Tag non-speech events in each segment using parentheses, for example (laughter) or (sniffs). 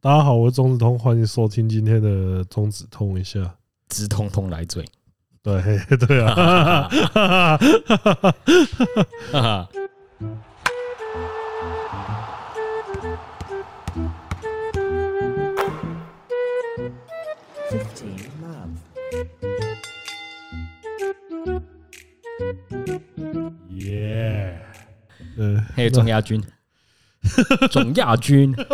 大家好，我是钟子通，欢迎收听今天的钟子通一下。直通通来追。对对啊，哈哈， 15 love. 耶！呃，还有总 (laughs) 亚军，总亚军啊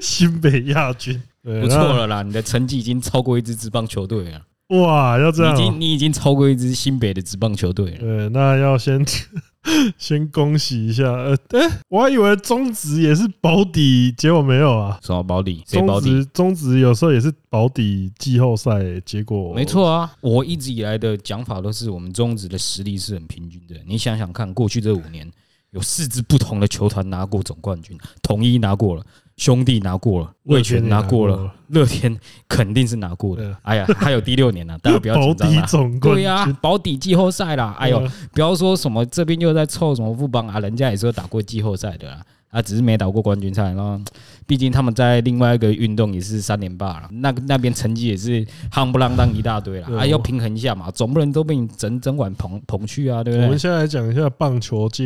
新北亚军，对不错。了啦，你的成绩已经超过一支职棒球队了，那哇，要这你已样经哦。你已经超过一支新北的职棒球队了。对，那要先 (laughs) 先恭喜一下。呃，哎、我还以为中职也是保底，结果没有啊。什么保底？谁保中底？职中职有时候也是保底季后赛，结果没。错啊，我一直以来的讲法都是我们中职的实力是很平均的。你想想看，过去这五年有四支不同的球团拿过总冠军，统一拿过了，兄弟拿过了，乐味天全也拿拿过过了了，乐天肯定是拿过对的。哎呀，还有第六年呢、大家不要 (laughs) 保紧张底啊。总冠军，对呀、保底季后赛啦！哎呦对，啊不要说什么这边又在凑什么副帮啊，人家也是有打过季后赛的啦，啊，只是没打过冠军赛。然后，毕竟他们在另外一个运动也是三连霸啦，那那边成绩也是夯不啷当一大堆啦对，啊啊，要平衡一下嘛，总不能都被你整整晚捧捧去啊，对我不们对？先来讲一下棒球界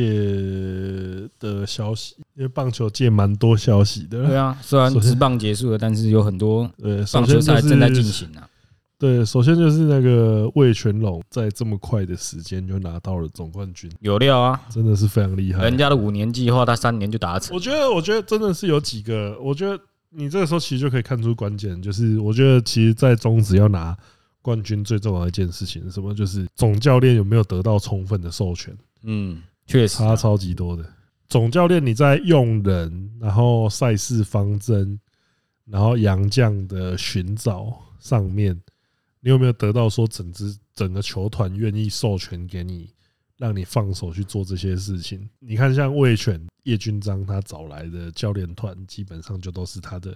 的消息，因为棒球界蛮多消息对的。啊，虽然首先职棒结束了，但是有很多对，首棒先球就赛是正在进。行啊。对，首先就是那个魏全龙，在这么快的时间就拿到了总冠军，有料啊，真的是非常厉害人。家的五年计划，他三年就达成我。觉得，我觉得真的是有几个，我觉得你这个时候其实就可以看出关键，就是我觉得其实，在中职要拿冠军最重要的一件事情是什么，就是总教练有没有得到充分的授权。嗯，确实啊、差超级多的。总教练你在用人，然后赛事方针，然后洋将的寻找上面，你有没有得到说整支整个球团愿意授权给你，让你放手去做这些事情？你看，像魏权叶军章他找来的教练团，基本上就都是他的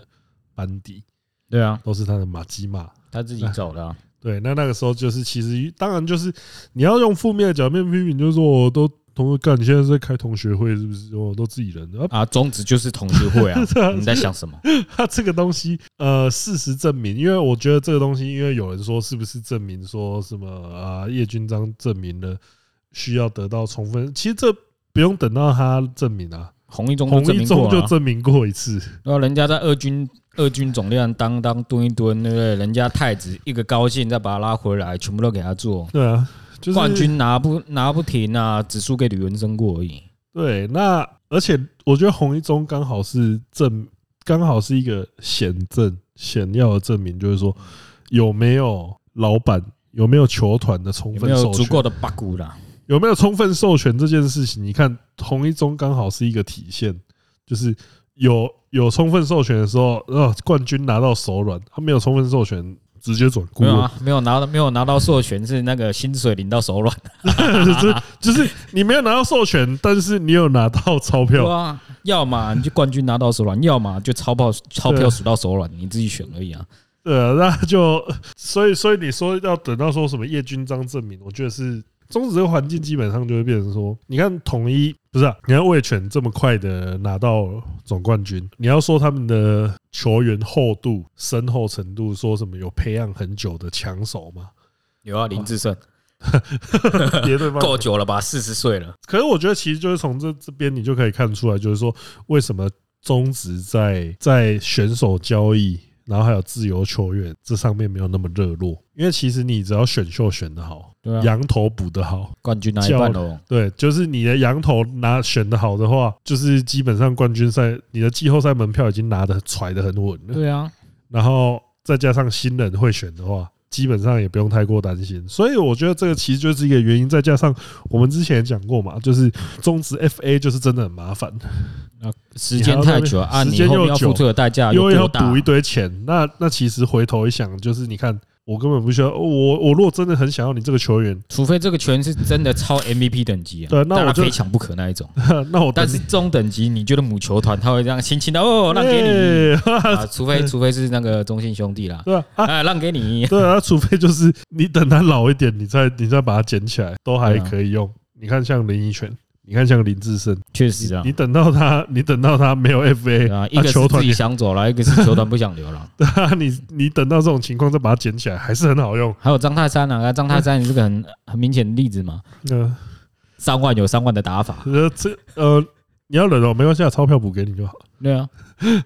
班底，对啊，都是他的马基马。他自哎己走的、啊。对，那那个时候就是，其实当然就是你要用负面的角面批评，就是说我都同学干，你现在是在开同学会是不是？我都自己人 (laughs) 的啊，啊，宗旨就是同学 (laughs) 会啊对啊！你在想什么？他啊这个东西，呃，事实证明，因为我觉得这个东西，因为有人说是不是证明说什么啊，叶军章证明了需要得到充分，其实这不用等到他证明啊，红一中红就证一明过中就了啊，证明过一次，然后人家在二军二军总量当当蹲一蹲，对不对？人家太子一个高兴，再把他拉回来，全部都给他做。对啊，就是冠军拿不拿不停啊，只输给吕文生过而已。对，那而且我觉得红一中刚好是证，刚好是一个显证显要的证明，就是说有没有老板，有没有球团的充有分没有授足权，够的 bug 啦？有没有充分授权这件事情，你看红一中刚好是一个体现，就是有有充分授权的时候，呃，冠军拿到手软；他没有充分授权，直接转顾没有问，啊，没有拿到没有拿到授权是那个薪水领到手软，就是就是你没有拿到授权，但是你有拿到 (laughs) 钞对票，啊，要么你就冠军拿到手软，要么就钞票钞对啊票数到手软，你自己选而已啊。对啊，那就所以所以你说要等到说什么叶军章证明，我觉得是中职这个环境基本上就会变成说，你看统一不是啊，你看魏权这么快的拿到总冠军，你要说他们的球员厚度、深厚程度，说什么有培养很久的强手吗？有啊，林志胜哦别对方够久了吧？四十岁了。可是我觉得，其实就是从这这边你就可以看出来，就是说为什么中职在在选手交易，然后还有自由球员这上面没有那么热络，因为其实你只要选秀选得好，对啊，羊头补得好，冠军拿一半教哦。对，就是你的羊头拿选得好的话，就是基本上冠军赛你的季后赛门票已经拿的揣得很稳 (laughs) 了，对啊，然后再加上新人会选的话。基本上也不用太过担心，所以我觉得这个其实就是一个原因，再加上我们之前也讲过嘛，就是中职 FA 就是真的很麻烦，那时间太久了啊，时你间后又面要久付出的代价又要啊多大补一？堆钱。那那其实回头一想，就是你看，我根本不需要。我我如果真的很想要你这个球员， (laughs) 除非这个球员是真的超 MVP 等级啊，对那我大家就非抢不可那一种。那我但但是是中等级，你觉得母球团他会这样轻轻 (laughs) 的哦，让给你对啊？(laughs) 除非除非是那个中信兄弟啦，对啊啊，啊，让给你。对啊，除非就是啊你等他老一点，你再你再把它捡起来，都还可以用。你看，像林依泉，你看像林志胜，确你实啊你，等到他，你等到他没有 (laughs) 对啊 FA，，一个球是自团己也想走了，一个是球团不想留了。 (laughs) 对啊， (laughs) 你你等到这种情况再把它捡起来，还是很好用。还有张泰山啊，张泰山也是个很 (laughs) 很明显的例子嘛，嗯，三万有三万的打法，呃，这呃，你要忍哦，没关系，啊，钞票补给你就好。 (laughs) 对啊，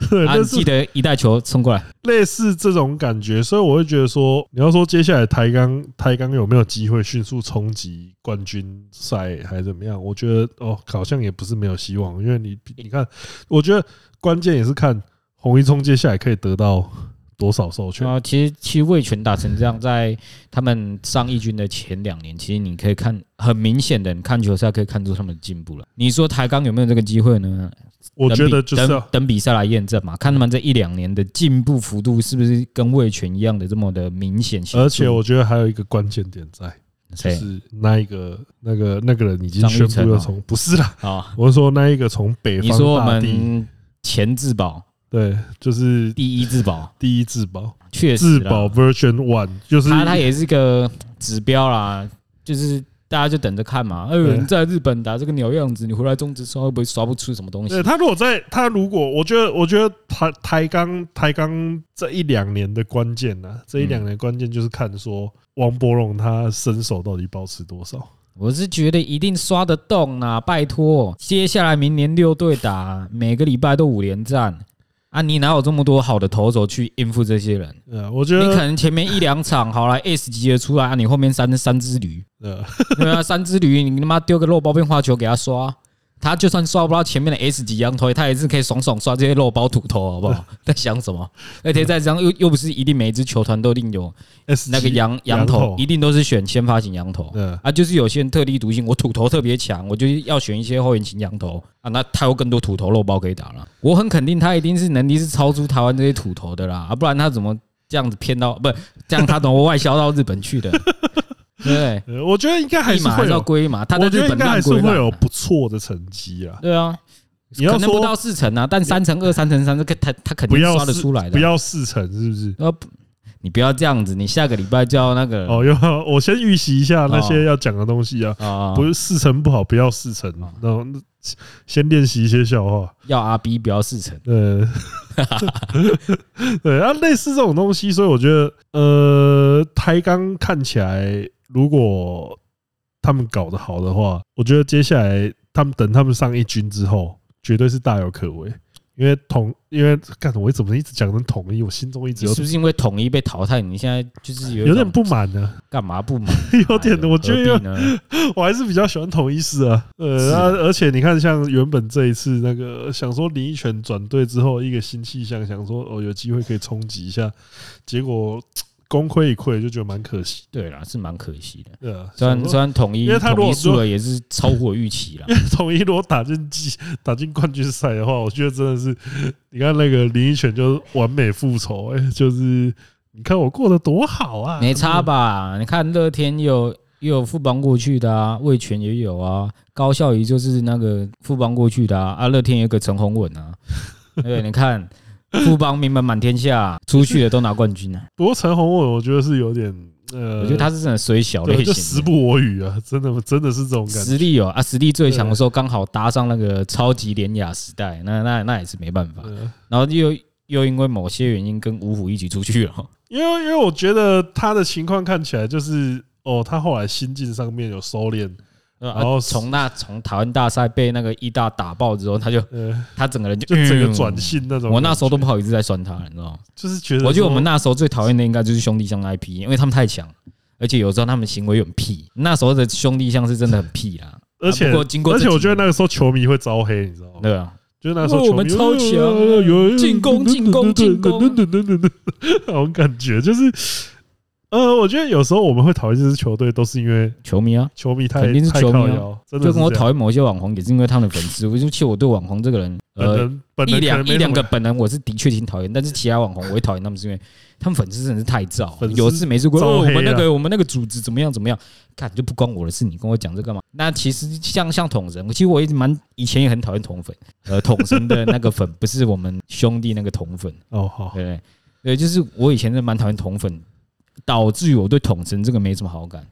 对，(laughs) 啊，但你是记得一带球冲过来，类似这种感觉，所以我会觉得说，你要说接下来台钢台钢有没有机会迅速冲击冠军赛还是怎么样？我觉得哦，好像也不是没有希望，因为你嗯你看，我觉得哦关键也是看红一冲接下来可以得到多少授权然。后啊其实其实魏权打成这样，在他们上一军的前两年，其实你可以看很明显的，你看球赛可以看出他们的进步了。你说台钢有没有这个机会呢？我觉得等比就是等要等比赛来验证嘛，看他们这一两年的进步幅度是不是跟魏权一样的这么的明显显著。而且我觉得还有一个关键点在，就谁是那一个那个那个人已经张玉宣成布要哦从不是啦， (laughs) 啊，我是说那一个从北你方说我大地，们前自保对，就是第一自保，第一自保确实自啦保 Version One，就是它它也是个指标啦，就是大家就等着看嘛。哎呦，对你在日本打这个鸟样子，你回来中职刷会不会刷不出什么东西对？他如果在他如果我觉得我觉得台台钢台钢这一两年的关键呢、这一两年的关键就是看说王伯荣他身手到底保持多少。我是觉得一定刷得动啦，拜托！接下来明年六队打，每个礼拜都五连战啊，你哪有这么多好的投手去应付这些人？呃，我觉你可得能前面一两场好来 S 级的出来啊，你后面三三只驴，呃，对啊，三只驴，你他妈丢个肉包变化球给他刷，他就算刷不到前面的 S 级羊头，他也是可以爽爽刷这些肉包土头，好不好？ (laughs) 在想什么？而且再这样又又不是一定每一支球团都一定有 S 那个 G 羊羊头，一定都是选先发型羊头。呃，啊，就是有些人特立独行，我土头特别强，我就是要选一些后援型羊头啊，那他有更多土头肉包可以打了。我很肯定他一定是能力是超出台湾这些土头的啦，啊，不然他怎么这样子偏到不这样他怎么外销到日本 (laughs) 去的？对不对？呃我觉得应该还一是码还会是要有，归一码，他在我觉日得应本该还烂是归会烂有啊。不错的成绩啊。对啊，你要可能不到说四成啊，但三成二、三成三，这个他他肯不定要刷得四出来的。啊不，要四成是不是？呃，不你不要这样子，你下个礼拜就要那个哦，又要我先预习一下哦那些要讲的东西啊，啊，不是四成不好，不要四成哦，然后先练习一些笑话。要阿 B 不要四成。呃， (laughs) 对啊，类似这种东西，所以我觉得，呃，台钢看起来，如果他们搞得好的话，我觉得接下来他们等他们上一军之后，绝对是大有可为。因为统，因为干，我怎么一直讲成统一？我心中一直你是不有是因为统一被淘汰，你现在就是有一有点种不满呢，干嘛不满？ (laughs) 有点哎呦我觉得有何必呢我还是比较喜欢统一师啊。是呃，啊啊而且你看，像原本这一次那个想说林一拳转队之后，一个新气象，想说哦有机会可以冲击一下，结果功亏一篑，就觉得蛮可惜。对啦，是蛮可惜的。对啊，虽然想虽说然统一因为他如统果一说输了也是超乎我预期啦因。为统一如果打进季打进冠军赛的话，我觉得真的是，你看那个林一拳就是完美复仇，哎，就是你看我过得多好啊，没差吧？你看乐天也有也有富邦过去的啊，魏权也有啊，高孝仪就是那个富邦过去的啊，啊乐天也有个陈宏文啊， (laughs) 对，你看富邦名门满天下，出去的都拿冠军啊，不过陈宏文我觉得是有点， (laughs) 呃，我觉得他是真的虽小对类就时型的。不我与啊，真的真的是这种感觉。实力有啊，实力最强的时候刚好搭上那个超级廉雅时代，那那那也是没办法。对啊然后又又因为某些原因跟五虎一起出去了， (laughs) 因为因为我觉得他的情况看起来就是哦，他后来心境上面有收敛，然然后啊从那从台湾大赛被那个一大打爆之后，他就呃，他整个人就就整个嗯转性那种。我那时候都不，好意思再酸他，你知道吗？就是觉得说，我觉得我们那时候最讨厌的应该就是兄弟像 IP，因为他们太强，而且有时候他们行为有点屁。那时候的兄弟像是真的很屁啦，而且啊不过经过而且这我几觉得那年个时候球迷会招黑，你知道吗？对啊，就是那时候哦球迷我们超强有有有进攻进攻进攻等等等等等等，那种感觉就是。呃，我觉得有时候我们会讨厌这支球队，都是因为球迷啊，球迷太肯定是太球迷啊靠腰，真的就跟我是这样讨厌某些网红也是因为他们的粉丝。我就其实我对网红这个人，本呃，人本人一可能两没一两什么个本人我是的确挺讨厌，但是其他网红我会讨厌他们是因为他们粉丝真的是太燥粉，丝有事没事过、招哦、我黑们那啊个我们那个组织怎么样怎么样，看就不关我的事，你跟我讲这干嘛？那其实像像统神，其实我一直蛮以前也很讨厌统粉，呃，统神的那个粉不是我们兄弟那个统粉，哦，好，对不对？对，就是我以前是蛮讨厌统粉，导致于我对统神这个没什么好感。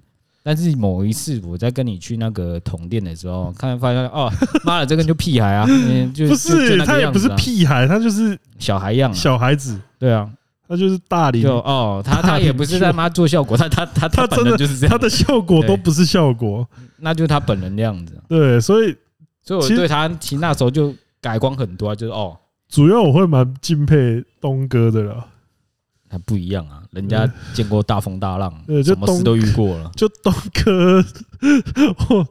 但是某一次我在跟你去那个桶店的时候，看发现哦，妈的，这个就屁孩啊，嗯就不就就是那他个也样不子是啊屁孩，他就是小孩样啊，小孩子，对啊，他就是大龄就哦，(laughs) 他他也不是在妈做效果，他他他他本真人的就是这他样，的效果都对不是效果，那就是他本人那样子啊。对，所以所以我其实对他其实那时候就改观很多啊，就是哦，主要我会蛮敬佩东哥的了，他不一样啊，人家见过大风大浪，对就什么事东都遇过了。就东哥， (laughs) 我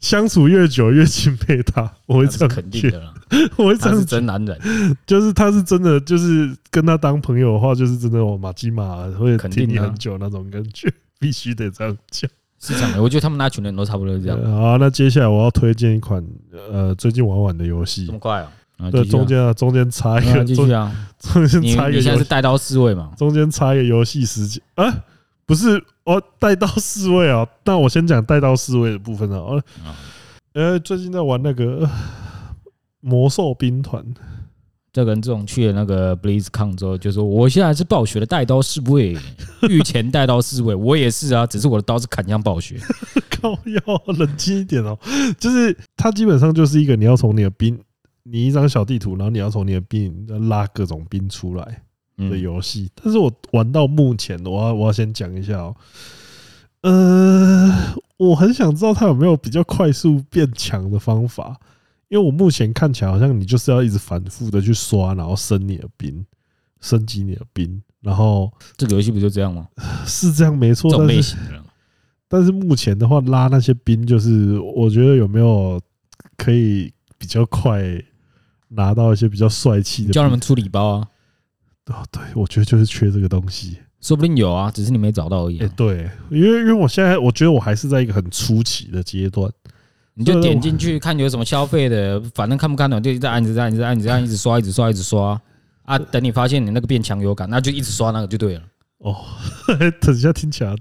相处越久越敬佩他，我 (laughs) 会那这是样肯定觉得，的啦，我会这他样是觉得真男人，就是他是真的，就是跟他当朋友的话，就是真的我马基马会肯定听你啊很久那种感觉， (laughs) 必须得这样讲。是这样的。我觉得他们那群人都差不多是这样，呃好，那接下来我要推荐一款呃最近玩玩的游戏这么，快啊？啊对，继续啊中间啊中间插一没有啊个继中续啊！中间你插一个你现在游是戏，带刀侍卫嘛？中间插一个游戏时间啊，不是哦，带到侍卫啊，那我先讲带到侍卫的部分啊，哦啊呃，最近在玩那个呃魔兽兵团， (laughs) 这个人自从去了那个 BlizzCon 之后，就说我现在是暴雪的带刀侍 (laughs) 卫，御前带刀侍卫，我也是啊，只是我的刀是砍向暴雪。高要冷静一点哦，就是它基本上就是一个你要从你的兵，你一张小地图，然后你要从你的兵拉各种兵出来的嗯，游戏。但是我玩到目前，我要我要先讲一下哦，呃，我很想知道它有没有比较快速变强的方法，因为我目前看起来好像你就是要一直反复的去刷，然后升你的兵，升级你的兵，然后这个游戏不就这样吗？是这样没错这，种但类是型的人，但是目前的话，拉那些兵，就是我觉得有没有可以比较快拿到一些比较帅气的兵？叫他们出礼包啊，哦，对，我觉得就是缺这个东西。说不定有啊，只是你没找到而已哎、啊、对，因为因为我现在我觉得我还是在一个很初期的阶段， (laughs) 你就点进去看有什么消费的，反正看不看懂就一直按，一直按，一直按，一直按，一直刷，一直刷，一直刷啊！等你发现你那个变强有感，那就一直刷那个就对了。等一下听起来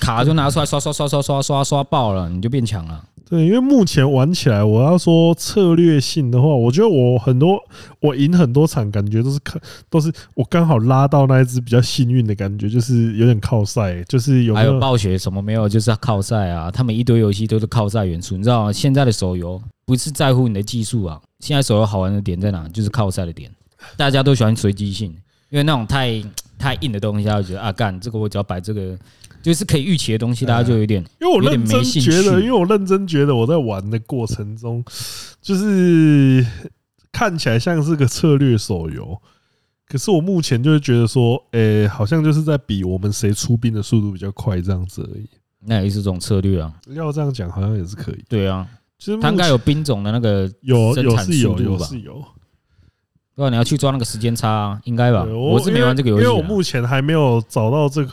卡就拿出来刷刷刷刷刷刷刷爆了，你就变强了。对，因为目前玩起来，我要说策略性的话，我觉得我很多我赢很多场，感觉都是看都是我刚好拉到那一只比较幸运的感觉，就是有点靠赛，就是有没还有有暴雪什么没有，就是靠赛啊，他们一堆游戏都是靠赛元素。你知道吗现在的手游不是在乎你的技术啊，现在手游好玩的点在哪？就是靠赛的点，大家都喜欢随机性，因为那种太太硬的东西，大家就觉得啊干这个我只要摆这个，就是可以预期的东西，大家就有点因为我认真觉有点没兴得，趣因为我认真觉得我在玩的过程中，就是看起来像是个策略手游，可是我目前就会觉得说，诶、好像就是在比我们谁出兵的速度比较快这样子而已。那也是一种策略啊。要这样讲，好像也是可以。对啊，就是目它前应该有兵种的那个，有生有产是有速度有吧是有，对吧？啊你要去抓那个时间差、啊，应该吧？对我是没玩这个游戏因啊，为因为我目前还没有找到这个，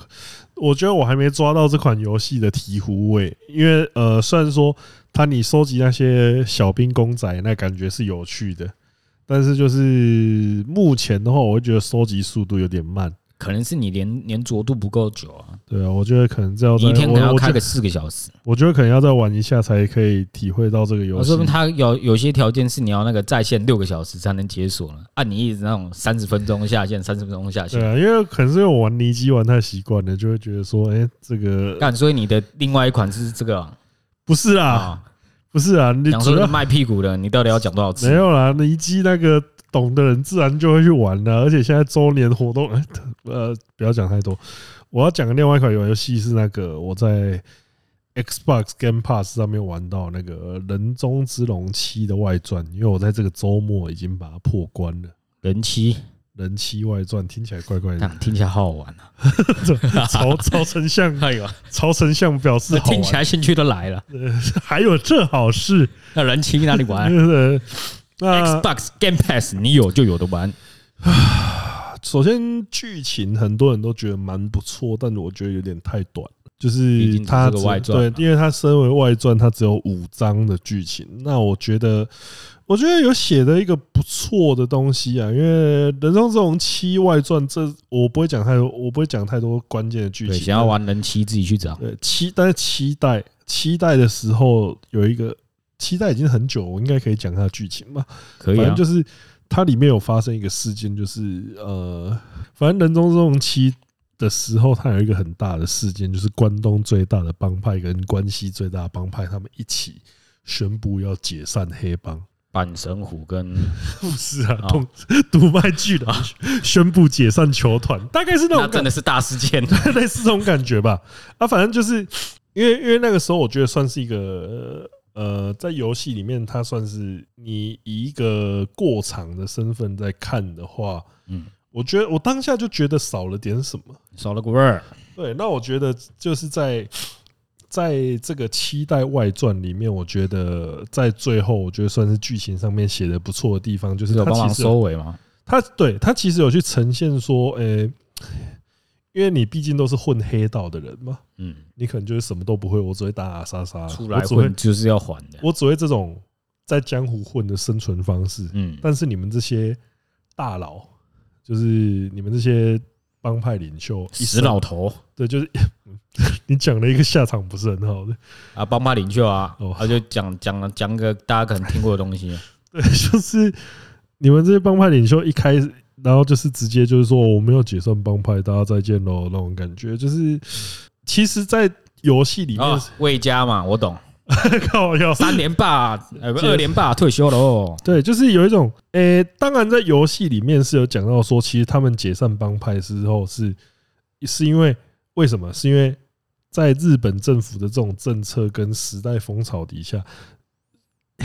我觉得我还没抓到这款游戏的醍醐味。因为呃，虽然说它你收集那些小兵公仔，那感觉是有趣的，但是就是目前的话，我会觉得收集速度有点慢。可能是你连粘着度不够久啊，对啊，我觉得可能这要再你一天可我能要我开觉得个四个小时。我觉得可能要再玩一下才可以体会到这个游我戏哦说明。他有有些条件是你要那个在线六个小时才能解锁了，按你一直那种三十分钟下线，三十分钟下对线。啊，因为可能是因为我玩尼基玩太习惯了，就会觉得说，哎，这个干，所以你的另外一款是这个啊不是啦，啊，不是啊，你讲主说那要个卖屁股的，你到底要讲多少次没？有啦，尼基那个懂的人自然就会去玩了，而且现在周年活动， (laughs) 哎呃，不要讲太多。我要讲的另外一款游戏是那个我在 Xbox Game Pass 上面玩到那个《人中之龙七》的外传，因为我在这个周末已经把它破关了。人妻，人妻外传听起来怪怪 (laughs) 的，啊听起来好好玩啊！曹曹丞相，哎呦，曹丞相表示好听起玩，来兴趣都来了。还有这好事，那人妻哪里 (laughs) 玩呃那哎？Xbox Game Pass 你有就有的 (laughs) 玩，首先剧情很多人都觉得蛮不错，但我觉得有点太短，就毕是竟只它是个只外传嘛啊对，因为它身为外传，它只有五章的剧情。那我觉得，我觉得有写的一个不错的东西啊，因为《人中之龙七》外传，这我不会讲太多，我不会讲太多关键的剧对，情。想要玩人妻自己去找。对期，但是期待期待的时候有一个期待已经很久，我应该可以讲它的剧情吧。可以反正啊，就是它里面有发生一个事件，就是呃，反正人中之龙七的时候，它有一个很大的事件，就是关东最大的帮派跟关西最大的帮派，他们一起宣布要解散黑 (laughs) 帮。板神虎跟不是啊，哦同 (laughs) 独卖巨人宣布解散球团，大概 (laughs) 是那那种感真的是大 (laughs) 事件，类似这种感觉吧。啊，反正就是因为因为那个时候，我觉得算是一个呃，在游戏里面，它算是你以一个过场的身份在看的话，嗯，我觉得我当下就觉得少了点什么。少了股味儿，对，那我觉得就是在在这个期待外传里面，我觉得在最后，我觉得算是剧情上面写的不错的地方，就是有它帮忙其实有收尾吗？它对它其实有去呈现说，诶、因为你毕竟都是混黑道的人嘛，嗯，你可能就是什么都不会，我只会打打啊杀杀，出我来只会混就是要还的，我只会这种在江湖混的生存方式。嗯，但是你们这些大佬，就是你们这些帮派领袖，一死老头对，就是 (laughs) 你讲了一个下场不是很好的，啊，帮派领袖啊哦，他就讲讲讲个大家可能听过的东 (laughs) 西，对，就是你们这些帮派领袖一开始，然后就是直接就是说我们要解散帮派，大家再见喽那种感觉，就是其实，在游戏里面啊，魏家嘛，我懂， (laughs) 靠要 (laughs) 三连霸，呃，不解二连霸退休了哦，对，就是有一种，诶、当然在游戏里面是有讲到说，其实他们解散帮派之后是是因为为什么？是因为在日本政府的这种政策跟时代风潮底下，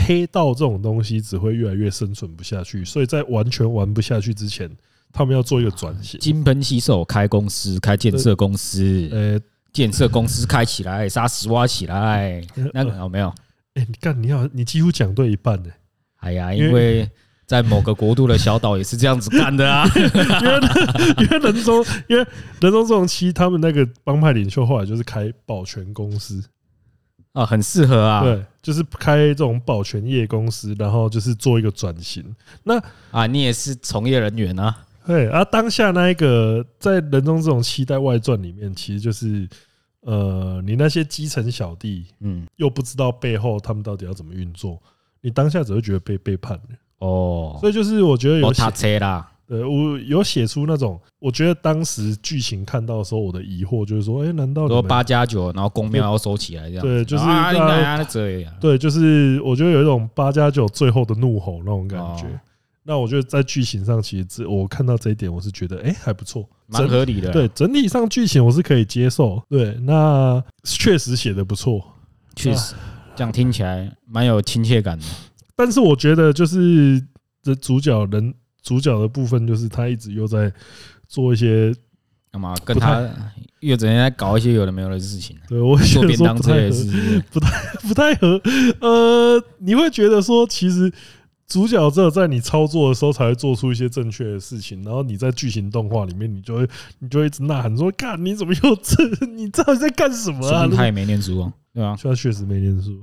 黑道这种东西只会越来越生存不下去，所以在完全玩不下去之前，他们要做一个转型。金盆洗手开公司，开建设公司，呃，建设公司开起来，沙石挖起来， (laughs) 那个有没有？哎，你干，你好，你几乎讲对一半呢、 (laughs) 哎呀，因为因为在某个国度的小岛也是这样子干的 (laughs) 啊。因为因为人中，因为人中这种期，他们那个帮派领袖后来就是开保全公司，啊，很适合啊。对，就是开这种保全业公司，然后就是做一个转型。啊，你也是从业人员啊。对，而、当下那一个在人中这种期待外传里面，其实就是呃，你那些基层小弟嗯，又不知道背后他们到底要怎么运作，你当下只会觉得被背叛了。哦，所以就是我觉得有我写踏，车啦。呃，我有写出那种，我觉得当时剧情看到的时候，我的疑惑就是说，哎，难道你说们八加九，然后公庙要收起来这样子。对就是啊，大应家该啊，这样。对，就是我觉得有一种八加九最后的怒吼那种感觉。哦那我觉得在剧情上，其实这我看到这一点，我是觉得哎、诶还不错，蛮合理的。对，整体上剧情我是可以接受。对，那确实写的不错，确啊实，这样听起来蛮有亲切感的。但是我觉得就是这主角人主角的部分，就是他一直又在做一些，干嘛跟不太他又整天在搞一些有的没有的事情，啊对我觉做得便 (laughs) 说当不之类太的合事情。不太合。呃，你会觉得说，其实主角只有在你操作的时候才会做出一些正确的事情，然后你在剧情动画里面，你就会你就会一直呐喊说：“干，你怎么又这？你到底在干什么说啊不定？”他也没念书哦，对吧？他确实没念书，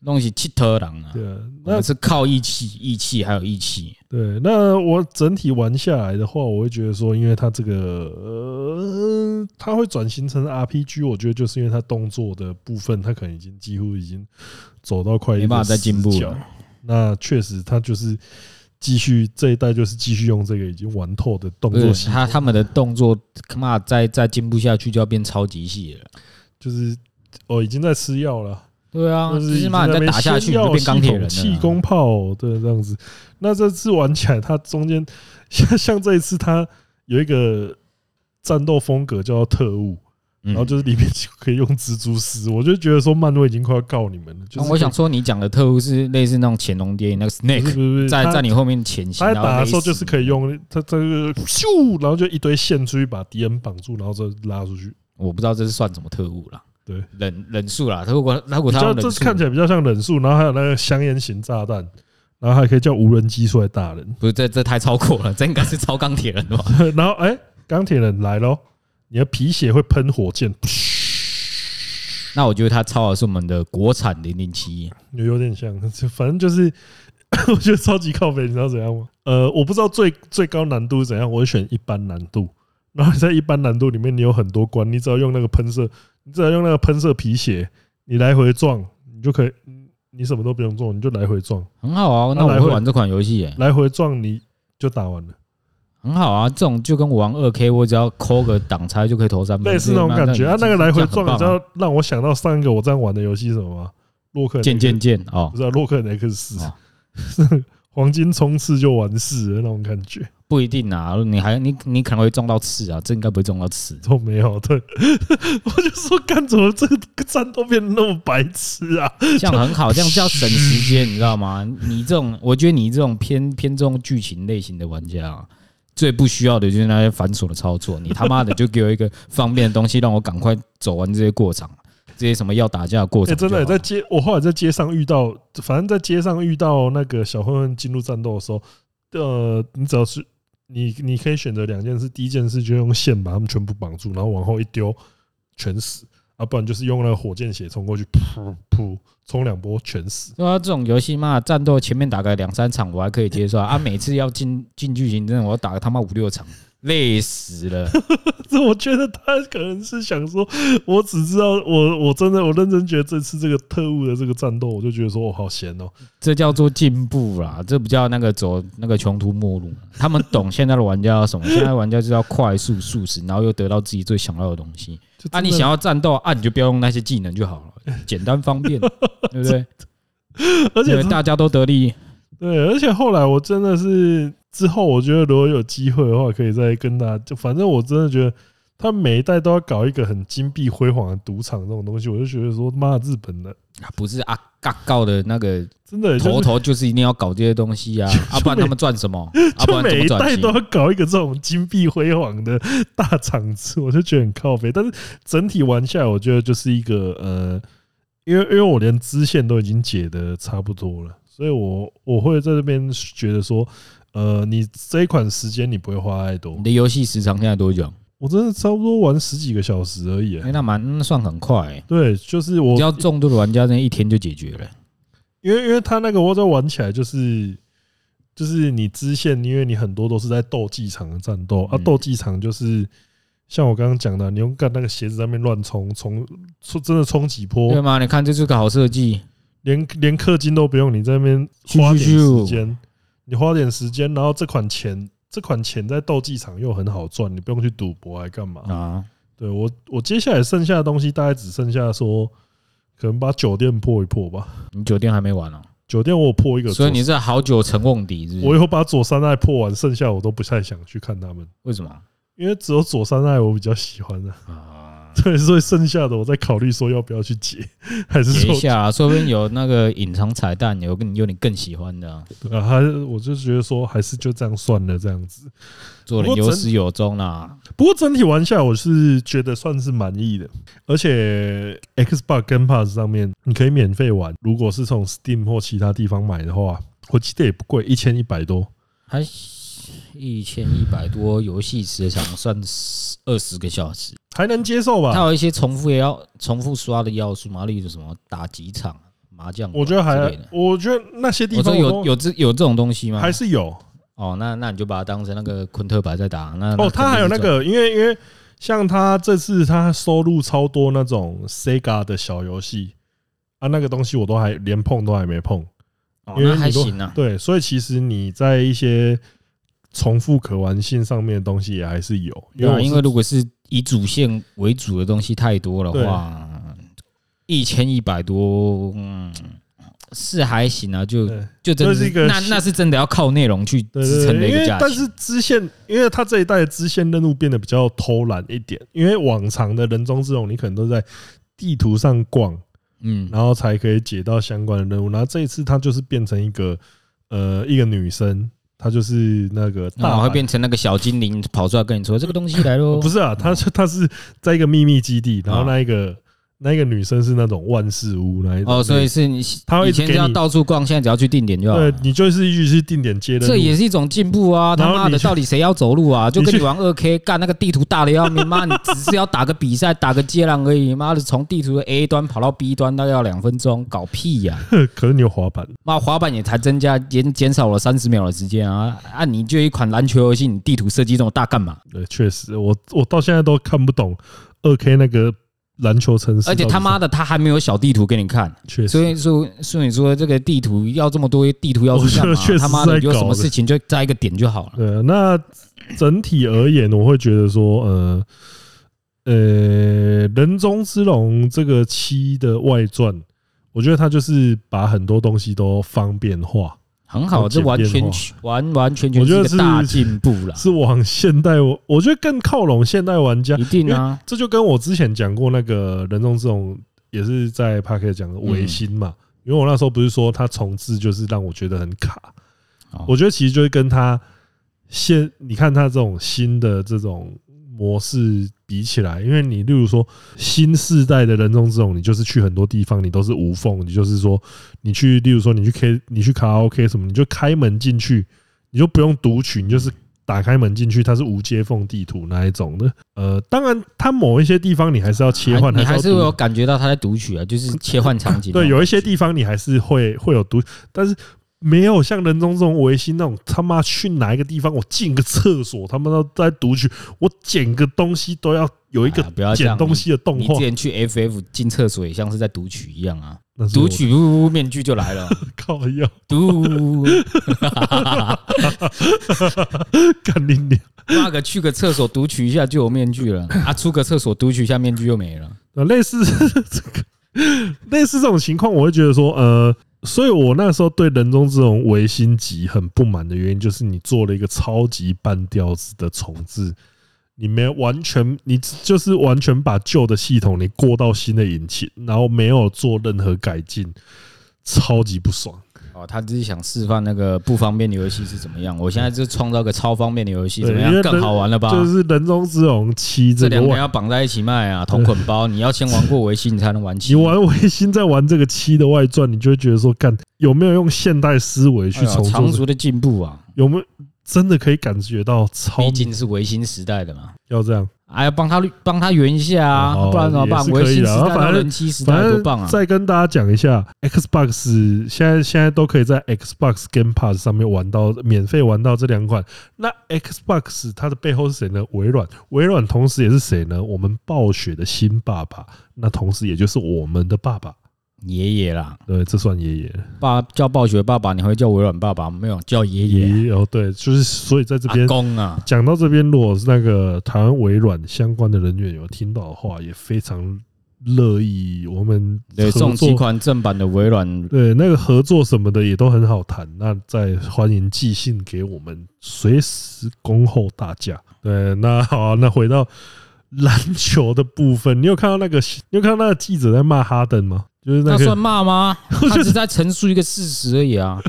弄起气特狼啊，对啊。我那们是靠义气、义气还有义气。对，那我整体玩下来的话，我会觉得说，因为它这个呃，它会转型成 RPG，我觉得就是因为它动作的部分，它可能已经几乎已经走到快一个没办法再进步了死角那确实，它就是继续这一代就是继续用这个已经玩透的动不作是系他统，他们的动作，他妈再再进步下去就要变超级系了。就是哦已经在吃药了。对啊，就只是是嘛，你再打下去你就变钢铁人了啊。气功炮哦对这样子。那这次玩起来，它中间像像这一次，它有一个战斗风格叫做特务，嗯，然后就是里面就可以用蜘蛛丝，我就觉得说漫威已经快要告你们了。就是啊我想说，你讲的特务是类似那种潜龙谍影那个不是 Snake 不是不是在它在你后面潜行，他在然后打的勒时候就是死可以用它这个咻，然后就一堆线出去把敌人绑住，然后再拉出去。我不知道这是算什么特务啦，对，忍忍术啦。如果如果比他较用这忍是看起术，来比较像忍术，然后还有那个香烟型炸弹，然后还可以叫无人机出来打人。 (laughs) 不是这这太超过了，这应该是超钢铁人的吧？ (laughs) 然后哎，钢、铁人来咯，你的皮鞋会喷火箭，那我觉得他抄的是我们的国产零零七，有有点像， (laughs) 就反正就是 (coughs) 我觉得超级靠北，你知道怎样吗？呃，我不知道最最高难度是怎样，我会选一般难度。然后在一般难度里面，你有很多关，你只要用那个喷射，你只要用那个喷射皮鞋，你来回撞，你就可以，嗯你什么都不用做，你就来回撞，很好啊。那那来我会回玩这款游戏耶。来回撞你就打完了。很好啊，这种就跟我玩二 K，我只要抠个挡拆就可以投三分，类似那种感觉。啊，嗯那那个来回这样撞，你很知棒啊道让我想到上一个我这样玩的游戏是什么吗？洛克人见见见哦不，是啊洛克人 X 四哦， (laughs) 黄金冲刺就完事了那种感觉，不一定啊，你还你你可能会中到刺啊，这应该不会中到刺。都没有。对， (laughs) 我就说干怎么这个战斗变得那么白痴啊？这样很好，这样叫省时间，你知道吗？你这种，我觉得你这种偏偏重剧情类型的玩家、啊，最不需要的就是那些繁琐的操作。你他妈的就给我一个方便的东西，让我赶快走完这些过场，这些什么要打架的过哎、程就真好的、了、在街，我后来在街上遇到，反正在街上遇到那个小混混进入战斗的时候，呃，你只要是你，你可以选择两件事，第一件事就用线把他们全部绑住，然后往后一丢，全死。啊，不然就是用那个火箭血冲过去，噗噗，冲两波全死。对啊，这种游戏嘛，战斗前面打个两三场我还可以接受啊，啊每次要进进剧情，真的我要打个他妈五六场，累死了。这我觉得他可能是想说，我只知道我我真的我认真觉得这次这个特务的这个战斗，我就觉得说我好闲哦。这叫做进步啦，这不叫那个走那个穷途末路。他们懂现在的玩家要什么，现在的玩家就是要快速速食，然后又得到自己最想要的东西。就 (laughs) 啊，真的你想要战斗啊，你就不要用那些技能就好 (laughs) 了，简单方便，对不对？而且因为大家都得利。对，而且后来我真的是之后，我觉得如果有机会的话，可以再跟大家，就反正我真的觉得他每一代都要搞一个很金碧辉煌的赌场这种东西，我就觉得说妈的日本的啊不是啊，嘎告的那个真的 (laughs) 就头是头就是一定要搞这些东西 (laughs) 啊，啊，不然他们赚什么？啊，不就然怎每么一转代型都？要搞一个这种金碧辉煌的大场子， (laughs) 我就觉得很靠背。但是整体玩下来，我觉得就是一个呃，因为因为我连支线都已经解的差不多了，所以我我会在这边觉得说，呃，你这一款时间你不会花太多你。的游戏时长现在多久？我真的差不多玩十几个小时而已、哎，那蛮嗯算很快、欸，对，就是啊我比，较重度的玩家，那一天就解决了。因为因为他那个我在玩起来就是就是你支线，因为你很多都是在斗技场的战斗啊，嗯斗技场就是像我刚刚讲的，啊你用干那个鞋子在那边乱冲冲冲，真的冲几对啊波，吗？你看这是个好设计，连连氪金都不用，你在那边咻花点咻时间，你花点时间，然后这款钱这款钱在斗技场又很好赚，你不用去赌博还干嘛？啊，对我，我接下来剩下的东西大概只剩下说，可能把酒店破一破吧。你酒店还没完哦，酒店我有破一个，所以你是好酒成瓮底，是不我是？有把左三爱破完，剩下我都不太想去看他们，为什么因为只有左三爱我比较喜欢啊。 (laughs) 啊？对，所以剩下的我在考虑说要不要去解，还是解一说下啊，说不定有那个隐藏彩蛋，有跟有你更喜欢的啊，啊，还是我就觉得说还是就这样算了这样子。做人不过有整始有终啊啦。不过整体玩下来，我是觉得算是满意的。而且 Xbox 跟 Pass 上面你可以免费玩，如果是从 Steam 或其他地方买的话，我记得也不贵，一千一百多。还一千一百多，游戏时长算二十个小时，还能接受它吧？有一些重复也要重复刷的要素嘛，例如什么打几场、麻将馆我觉得之还类的，。我觉得那些地我说方我有都有这有这种东西吗？还是有哦，那那你就把它当成那个昆特牌在打。那哦，他还有那个，因为因为像他这次他收录超多那种 Sega 的小游戏啊，那个东西我都还连碰都还没碰。哦，因为那还你都行啊。对，所以其实你在一些重复可玩性上面的东西也还是有，因对啊，为因因为如果是以主线为主的东西太多的话，一千一百多，嗯，是还行啊，就对就真的这是一个那那是真的要靠内容去对对支撑对，的一因个为价但值是。支线，因为他这一代的支线任务变得比较偷懒一点，因为往常的人中之龙，你可能都在地图上逛，嗯，然后才可以解到相关的任务。然后这一次他就是变成一个呃一个女生，她就是那个那大会阪变成那个小精灵跑出来跟你说这个东西来喽。 (laughs) 不是啊，她是她是在一个秘密基地，然后嗯啊那一个那一个女生是那种万事屋那一种哦，所以类是你他会一以直前给是要你到处逛，现在只要去定点就好了对。你就是一直去定点接的，这也是一种进步啊！然他后妈你的，去到底谁要走路啊？就你跟你去玩二 K，干那个地图大的要命，妈，你只是要打个比赛、 (laughs) 打个接壤而已，妈的，从地图的 A 端跑到 B 端，大概要两分钟，搞屁呀、 (laughs) 可是你有滑板，妈，滑板也才增加减减少了三十秒的时间啊！啊，你就一款篮球游戏，你地图设计这么大干嘛？对，确实，我我到现在都看不懂二 K 那个篮球城市，而且他妈的他还没有小地图给你看，确所实，以说，所以说这个地图要这么多地图要素干我觉嘛得确实？他妈的是在有什搞么的事情就在一个点就好了。对啊，那整体而言，我会觉得说，呃，呃，《人中之龙》这个七的外传，我觉得它就是把很多东西都方便化，很好，要这简完便全化完完全全我觉是得一个是大进步啦，是往现代，我我觉得更靠拢现代玩家一。定啊，这就跟我之前讲过那个《人中之龙》，也是在 p a k e 讲的维新嘛。因为我那时候不是说它重置就是让我觉得很卡哦，我觉得其实就是跟它现你看它这种新的这种模式比起来，因为你例如说新世代的人中之龙，你就是去很多地方，你都是无缝，你就是说你去，例如说你去 K，你去卡拉 OK 什么，你就开门进去，你就不用读取，你就是打开门进去，它是无接缝地图那一种的。呃，当然它某一些地方你还是要切换，还你还是要会读有感觉到他在读取啊，就是切换场景啊。对，有一些地方你还是会会有毒，但是没有像人中这种维新那种他妈去哪一个地方，我进个厕所，他们都在读取，我捡个东西都要有一个哎呀不要这捡样东西的动你画之，前去 FF 进厕所也像是在读取一样啊，那是我读取呜呜面具就来了，靠要读干你娘！那个去个厕所读取一下就有面具了啊，出个厕所读取一下面具又没了。呃，类似这个类似这种情况，我会觉得说，呃，所以我那时候对人中之龙维新集很不满的原因，就是你做了一个超级半吊子的重置，你没有完全，你就是完全把旧的系统你过到新的引擎，然后没有做任何改进，超级不爽。哦，他只是想示范那个不方便的游戏是怎么样。我现在就创造个超方便的游戏，对怎么因样为更人好玩了吧？就是人中之龙七这这个两个外要绑在一起卖啊，同捆包，你要先玩过维信，你才能玩你七。玩维新再玩这个七的外传，你就会觉得说，干有没有用现代思维去哎呦重做长这个足的进步啊，有没有真的可以感觉到超毕竟是维新时代的嘛。要这样？哎呀，帮他帮他圆一下啊，哦不然怎么办也？是可以维的新时代反到正人妻时代反多正棒啊！再跟大家讲一下，Xbox 现在现在都可以在 Xbox Game Pass 上面玩到免费玩到这两款。那 Xbox 它的背后是谁呢？微软，微软同时也是谁呢？我们暴雪的新爸爸，那同时也就是我们的爸爸。爷爷啦，对，这算爷爷爸叫暴雪爸爸，你会叫微软爸爸没有？叫爷爷、爷哦，对，就是所以在这阿边公啊，讲到这边，如果是那个台湾微软相关的人员有听到的话，也非常乐意我们对，送合几作。款正版的微软。对，那个合作什么的也都很好谈，那再欢迎寄信给我们，随时恭候大驾。对，那好啊、那回到篮球的部分，你有看到那个，你有看到那个记者在骂哈登吗？就是那那算个，(laughs) 骂吗？他只是在陈述一个事实而已啊。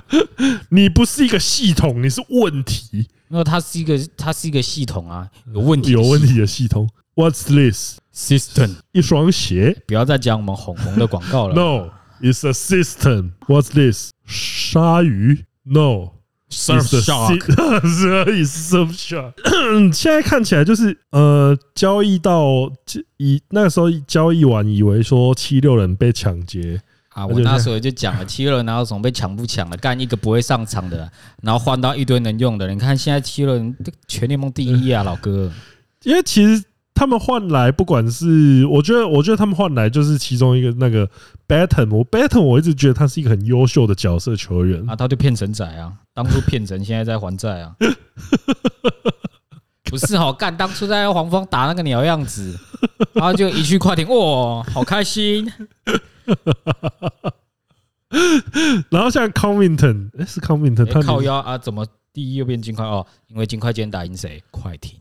你不是一个系统，你是问题，因为它是一个，它是一个系统啊，有问题，有问题的系统。What's this？ system。一双鞋。不要再讲我们红红的广告了。 No, it's a system. What's this? 鲨鱼？No, Surf it's a Shark si- (laughs) 是啊，it's surf shark 。 (coughs) 现在看起来就是呃，交易到以那时候交易完，以为说七六人被抢劫，啊，那我就那是时候就讲了，七六人哪有什么被抢不抢的，干一个不会上场的，然后换到一堆能用的。你看现在七六人全联盟第一啊，老 (laughs) 哥，因为其实他们换来不管是我觉得，我觉得他们换来就是其中一个那个 Batten，我 Batten 我一直觉得他是一个很优秀的角色球员啊，他就骗神仔啊，当初骗神，现在在还债啊。不是好哦干，当初在黄蜂打那个鸟样子，然后就一去快艇，哇，好开心！然后像 Covington，哎、是 Covington，他欸、靠年腰啊，怎么第一又变金块哦？因为金块今天打赢谁？快 (laughs) 艇。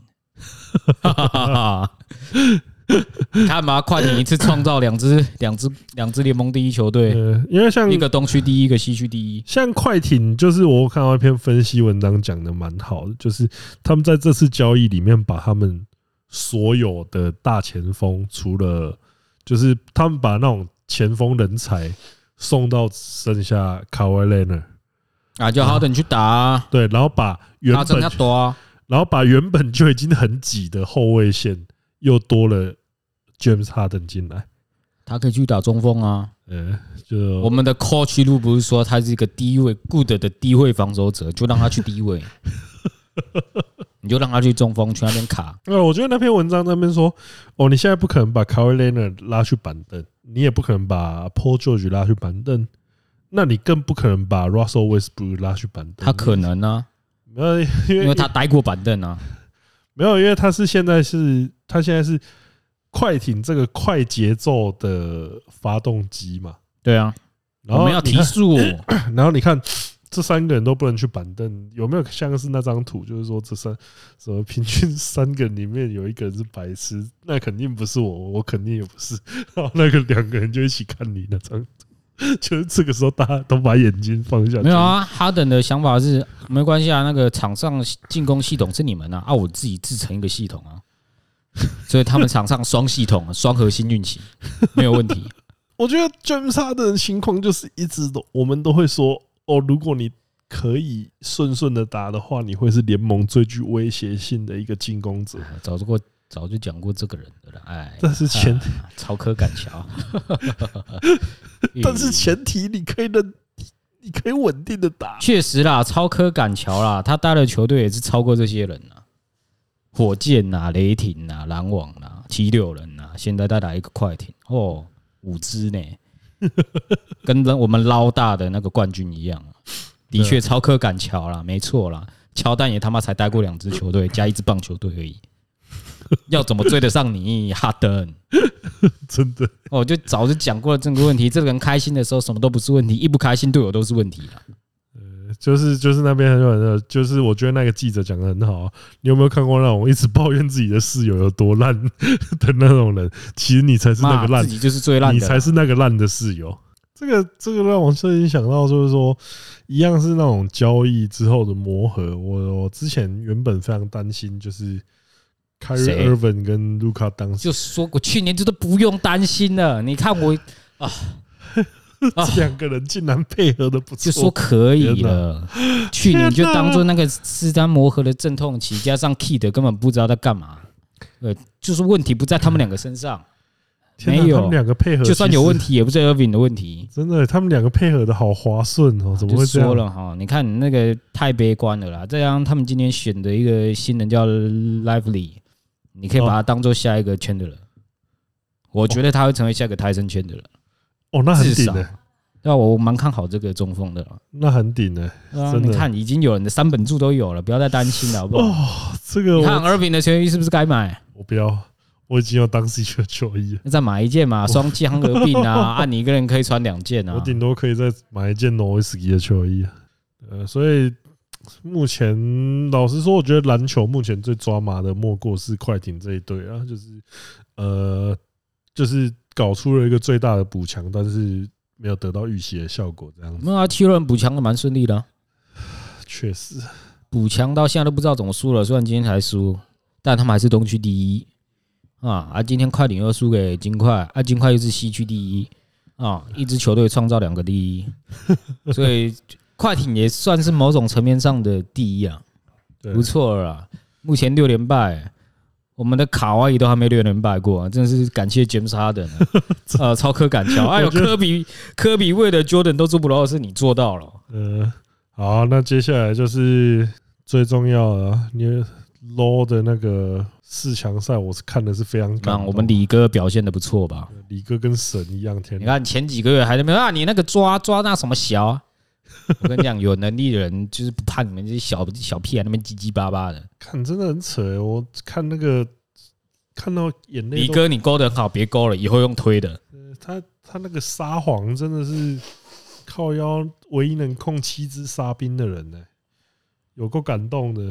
你看嘛，快艇一次创造两 (laughs) 支、两支、两支联盟第一球队，呃，因为像一个东区第一，一个西区第一。像快艇，就是我看到一篇分析文章讲的蛮好的，就是他们在这次交易里面把他们所有的大前锋，除了就是他们把那种前锋人才送到剩下卡威勒那，啊，就好等去打、啊，对，然后把原打成本要多啊。然后把原本就已经很挤的后卫线又多了 James Harden 进来，他可以去打中锋啊。呃，就我们的 coach 路不是 (laughs) 说他是一个低位 good 的低位防守者，就让他去低位。你就让他去中锋去那边卡，那呃我觉得那篇文章在那边说，哦，你现在不可能把 k a w i l e n a r 拉去板凳，你也不可能把 Paul George 拉去板凳，那你更不可能把 Russell Westbrook 拉去板凳。他可能呢、没有，因啊，为因为他待过板凳啊，没有，因为他是现在是他现在是快艇这个快节奏的发动机嘛。对啊，然我后们要你提看速，哦然后你看 (sniffs) 这三个人都不能去板凳，有没有像是那张图？就是说这三什么平均三个人里面有一个人是白痴，那肯定不是我，我肯定也不是。 (laughs) 然后那个两个人就一起看你那张图， (laughs) 就是这个时候大家都把眼睛放下。没有啊，哈登的想法是没关系啊，那个场上进攻系统是你们啊，啊，我自己制成一个系统 (laughs) 啊，所以他们场上双系统、啊，双核心运行没有问题。 (laughs) 我觉得 James Harden 的情况就是一直都我们都会说哦，如果你可以顺顺的打的话，你会是联盟最具威胁性的一个进攻者。哎早就过早就讲过这个人的了，哎，但是前啊曹科赶 (laughs) 桥，但是前提你可以认，你可以稳定的打。确实啦，超科赶桥啦，他带的球队也是超过这些人啦，火箭呐、雷霆呐、篮网呐、七六人呐、现在再来一个快艇哦，五 (laughs) 支呢，跟我们捞大的那个冠军一样啊，的确超科赶桥啦，没错啦，乔丹也他妈才带过两支球 (laughs) 队加一支棒球队而已，要怎么追得上你哈登？ (laughs) 真的，哦，我就早就讲过了这个问题，这个人开心的时候什么都不是问题，一不开心对我都是问题了。就是就是那边很有人，就是我觉得那个记者讲的很好啊、你有没有看过那种一直抱怨自己的室友有多烂的那种人？其实你才是那妈个烂自，己就是最烂你的啦啊才。是那个烂的室友。这个这个让我瞬间想到，就是说，一样是那种交易之后的磨合。我我之前原本非常担心，就是谁 Kyrie Irving 跟 Luka 当时就说我去年就都不用担心了。你看我啊两个人竟然配合的不就错，说可以天了，去年就当做那个斯丹磨合的阵痛期，加上 Kid 根本不知道在干嘛。呃，就是问题不在他们两个身 (laughs) 上，天哪没有他们两个配合，就算有问题。题也不是 Irving 的问题。真的，他们两个配合的好划顺哦，怎么啊就会这样？说了哈，你看你那个太悲观了啦。这样他们今天选的一个新人叫 Lively，你可以把他当做下一个 Chandler，我觉得他会成为下一个 Tyson Chandler，哦，那很至顶少的、。对啊，我蛮看好这个中锋的啦。那很顶的、对啊，真的你看已经有人的三本柱都有了，不要再担心了，好不好？哦， (laughs) 这个你看啊我二饼的球衣是不是该买？我不要，我已经要当 C 区的球衣了，那再买一件嘛，双枪合并 (laughs) 啊，啊，你一个人可以穿两件哦我啊。顶多可以再买一件 n o i s k y 的球衣啊。呃，所以目前老实说，我觉得篮球目前最抓马的莫过是快艇这一队啊，就是呃，就是搞出了一个最大的补强，但是没有得到预期的效果，这样子没有啊，七轮补强的蛮顺利的啊、确实。补强到现在都不知道怎么输了，虽然今天才输，但他们还是东区第一啊啊！今天快艇又输给金块，啊，金块又是西区第一啊，一支球队创造两个第 (laughs) 一，所以快艇也算是某种层面上的第一啊。对不错了啦，目前六连败，我们的卡哇伊都还没六连败过、啊，真的是感谢 James Harden，、啊、 (laughs) 呃，超科感乔，哎呦，我觉得科比科比为了 Jordan 都做不到的事，你做到了，呃，好，那接下来就是最重要的啊，你 low 的那个四强赛，我是看的是非常感那动。我们李哥表现的不错吧？李哥跟神一样，天你哪！看前几个月还在那边啊，你那个抓抓那什么 (laughs) 小、啊，我跟你讲，有能力的人就是不怕你们这些小小屁孩那边唧唧巴巴的。看真的很扯欸、我看那个看到眼泪李都。哥，你勾的很好，别勾了，以后用推的。呃他他那个撒谎真的是靠腰唯一能控七只沙兵的人呢、欸有够感动的。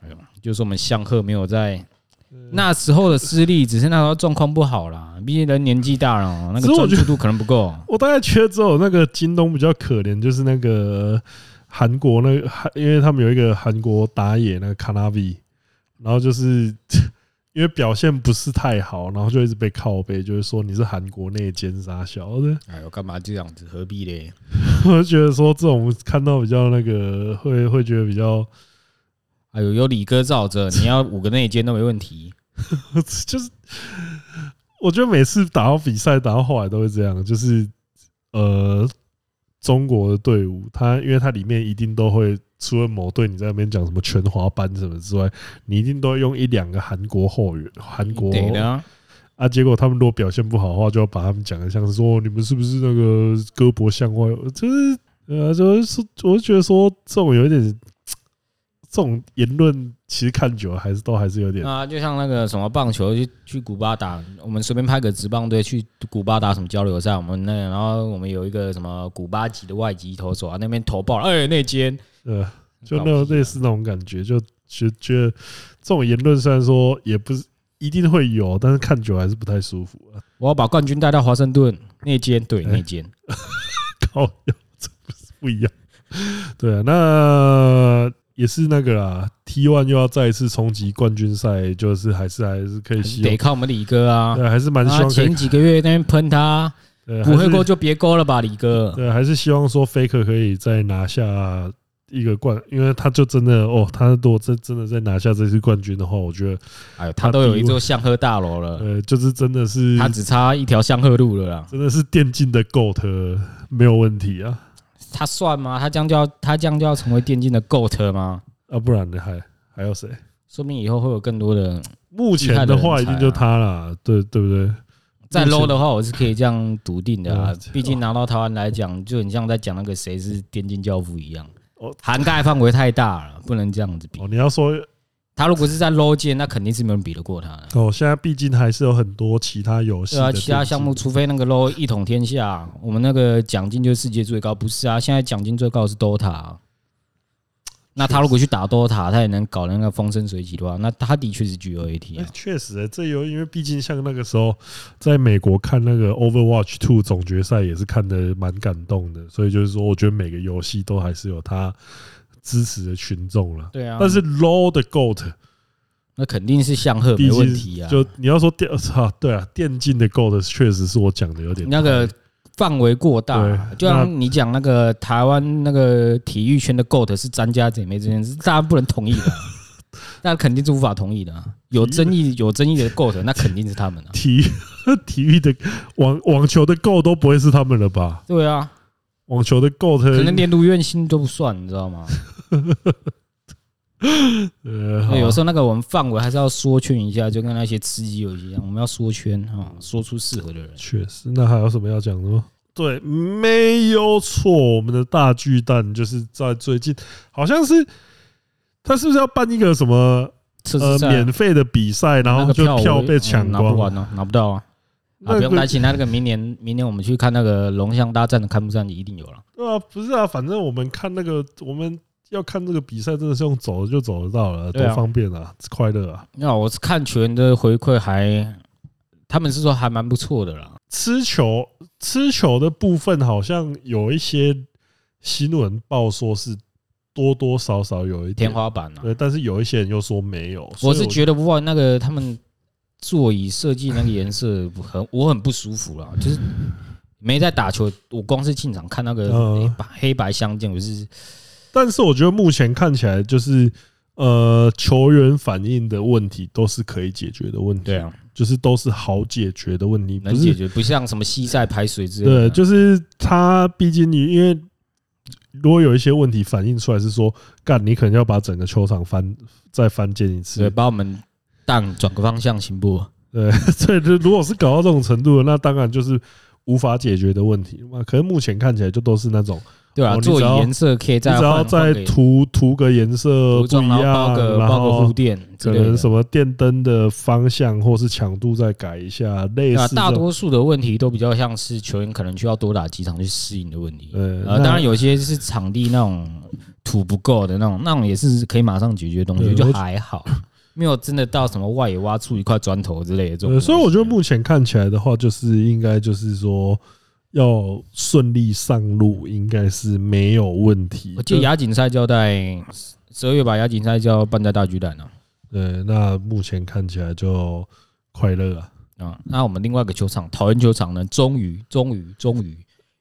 哎呦，就是我们向赫没有在那时候的失利，只是那时候状况不好啦，毕竟人年纪大了哦，那个只是我专觉注度可能不够。我大概觉得只有那个京东比较可怜，就是那个韩国那个韩，因为他们有一个韩国打野那个卡纳比，然后就是 (laughs) 因为表现不是太好，然后就一直被靠背，就是说你是韩国内奸杀小的。 (laughs) (laughs) 哎呦，干嘛这样子？何必嘞？我就觉得说这种看到比较那个会会觉得比较，哎呦，有李哥罩 (laughs) 着，你要五个内奸都没问题。 (laughs) 就是我觉得每次打到比赛打到后来都会这样，就是呃。中国的队伍，它因为它里面一定都会，除了某队你在那边讲什么全华班什么之外，你一定都会用一两个韩国后援，韩国对的啊，啊，结果他们如果表现不好的话，就要把他们讲的像是说哦你们是不是那个胳膊向外，就是呃，就是说我就觉得说这种有一点，这种言论其实看久了还是都还是有点，那啊就像那个什么棒球，去去古巴打，我们随便派个职棒队去古巴打什么交流赛，我们那然后我们有一个什么古巴籍的外籍投手啊，那边投爆了，哎，那间呃，就那啊种类似那种感觉，就觉觉得这种言论虽然说也不是一定会有，但是看久了还是不太舒服啊。 (laughs) 我要把冠军带到华盛顿，那间对那间，靠腰，这不是不一样。对啊，那也是那个啦，T one 又要再一次冲击冠军赛，就是还是还是可以希得望，靠我们李哥啊。对啊，还是蛮希啊，望可以前几个月那边喷他，对，不还会是勾就别勾了吧，李哥。对，还是希望说 Faker 可以再拿下一个冠，因为他就真的哦，他如果真真的再拿下这次冠军的话，我觉得哎呦，他都有一座象河大楼了，呃，就是真的是啊他只差一条象河路了啦。真的是电竞的 GOAT 没有问题啊他算吗？他这样就要他这样就要成为电竞的 GOAT 吗？啊，不然呢还还有谁？说不定以后会有更多的。目前的话一定就他啦，对对不对？再 low 的话，我是可以这样笃定的啊嗯。毕竟拿到台湾来讲，就很像在讲那个谁是电竞教父一样哦，涵盖范围太大了，不能这样子比哦，。你要说他如果是在 low 界，那肯定是没有人比得过他的。哦，现在毕竟还是有很多其他游戏对的啊，电竞，其他项目除非那个 low 一统天下，我们那个奖金就是世界最高，不是啊？现在奖金最高的是 DOTA 啊。那他如果去打 DOTA，他也能搞那个风生水起的话，那他的确是 GOAT 哎啊。确实、欸，这有因为毕竟像那个时候在美国看那个 Overwatch Two 总决赛也是看的蛮感动的，所以就是说，我觉得每个游戏都还是有它支持的群众了。对啊，但是 low 的 GOAT 那肯定是向赫毕没竟问题啊。就你要说电啊，对啊，电竞的 GOAT 确实是我讲的有点那个范围过大啊，对就像你讲那个台湾那个体育圈的 GOAT 是詹家姐妹这件事，大家不能同意的啊， (laughs) 那肯定是无法同意的啊。有争议有争议的 GOAT，那肯定是他们 (laughs) 啊。体体育的网网球的 GO 都不会是他们了吧？对啊，网球的 GO 可能连卢院星都不算，你知道吗？呃，好对，哎有时候那个我们范围还是要缩圈一下，就跟那些吃鸡游戏一样，我们要缩圈啊，说出适合的人。确实，那还有什么要讲的吗？对，没有错，我们的大巨蛋就是在最近，好像是他是不是要办一个什么测呃试赛啊免费的比赛，然那后个就票票我被抢嗯拿不光？完哦，拿不到啊。啊，不用担心，那个明年明年我们去看那个龙象大战的开幕战一定有了。对啊，不是啊，反正我们看那个，我们要看这个比赛，真的是用走的就走得到了，多对啊方便啊，快乐啊！那我是看球员的回馈还，他们是说还蛮不错的啦。吃球吃球的部分，好像有一些新闻报说是多多少少有一天点花板啊，对，但是有一些人又说没有，所我以是觉得哇，那个他们座椅设计那个颜色不很，我很不舒服啦，就是没在打球，我光是进场看那个嗯黑白黑白相间，我是但是我觉得目前看起来就是呃球员反应的问题都是可以解决的问题，对，啊，就是都是好解决的问题，能不解是决，不像什么西晒排水之类的对，啊，就是他毕竟你因为。如果有一些问题反映出来是说，干你可能要把整个球场翻再翻建一次对，，把我们蛋转个方向行不？ (laughs) 对，所以就如果是搞到这种程度了，那当然就是无法解决的问题嘛。可是目前看起来就都是那种，对哦啊，你座椅只要颜色可以你再只要换再涂涂个颜色涂不装，一然后包样，个然包个护后垫之可类能的。什么电灯的方向或是强度再改一下，类对啊，似这大种。多数的问题都比较像是球员可能需要多打几场去适应的问题。呃呃，当然有些是场地那种土不够的那种，那种也是可以马上解决的东西，对就我还好，没有真的到什么外野挖出一块砖头之类的这种呃，东西。所以我觉得目前看起来的话，就是应该就是说要顺利上路，应该是没有问题。我记得亚锦赛就要在十二月吧，亚锦赛就要办在大巨蛋啊了呃，那目前看起来就快乐啊。啊。那我们另外一个球场桃园球场呢，终于终于终于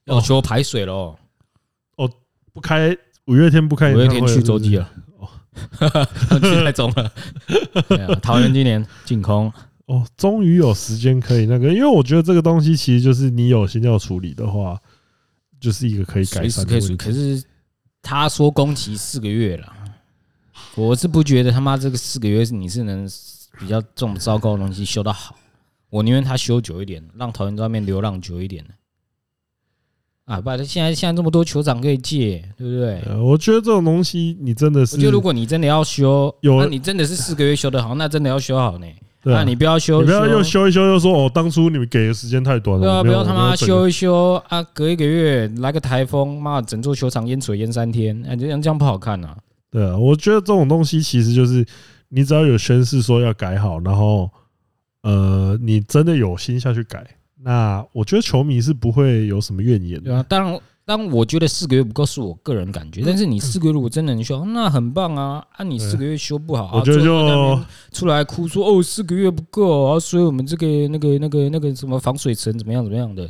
要哦求排水了哦，不开五月天不开五演月唱会，天去啊洲周际了。 (laughs) 哦他们去台中 (laughs) 了，对啊桃园今年净空，哦，终于有时间可以那个，因为我觉得这个东西其实就是你有心要处理的话，就是一个可以改随时善的可以问题输。。可是他说工期四个月了，我是不觉得他妈这个四个月是你是能比较这种糟糕的东西修到好，我宁愿他修久一点，让桃园这面流浪久一点啊，不然现在现在这么多球场可以借，对不对？呃，我觉得这种东西你真的是，我觉得如果你真的要修，有那你真的是四个月修得好，那真的要修好呢。对啊那你不要修，你不要又修一修又说哦，当初你们给的时间太短了，对啊，我不没有要他我没妈有整个修一修啊，隔一个月来个台风，妈整座球场淹水淹三天，哎，这样这样不好看啊。对啊，我觉得这种东西其实就是你只要有宣誓说要改好，然后呃，你真的有心下去改，那我觉得球迷是不会有什么怨言对的。啊，当然，当然，我觉得四个月不够是我个人感觉，但是你四个月如果真的能修，那很棒啊！啊，你四个月修不好、啊，我觉得最后在那就边出来哭说哦，四个月不够啊，所以我们这个那个那个那个什么防水层怎么样怎么样的，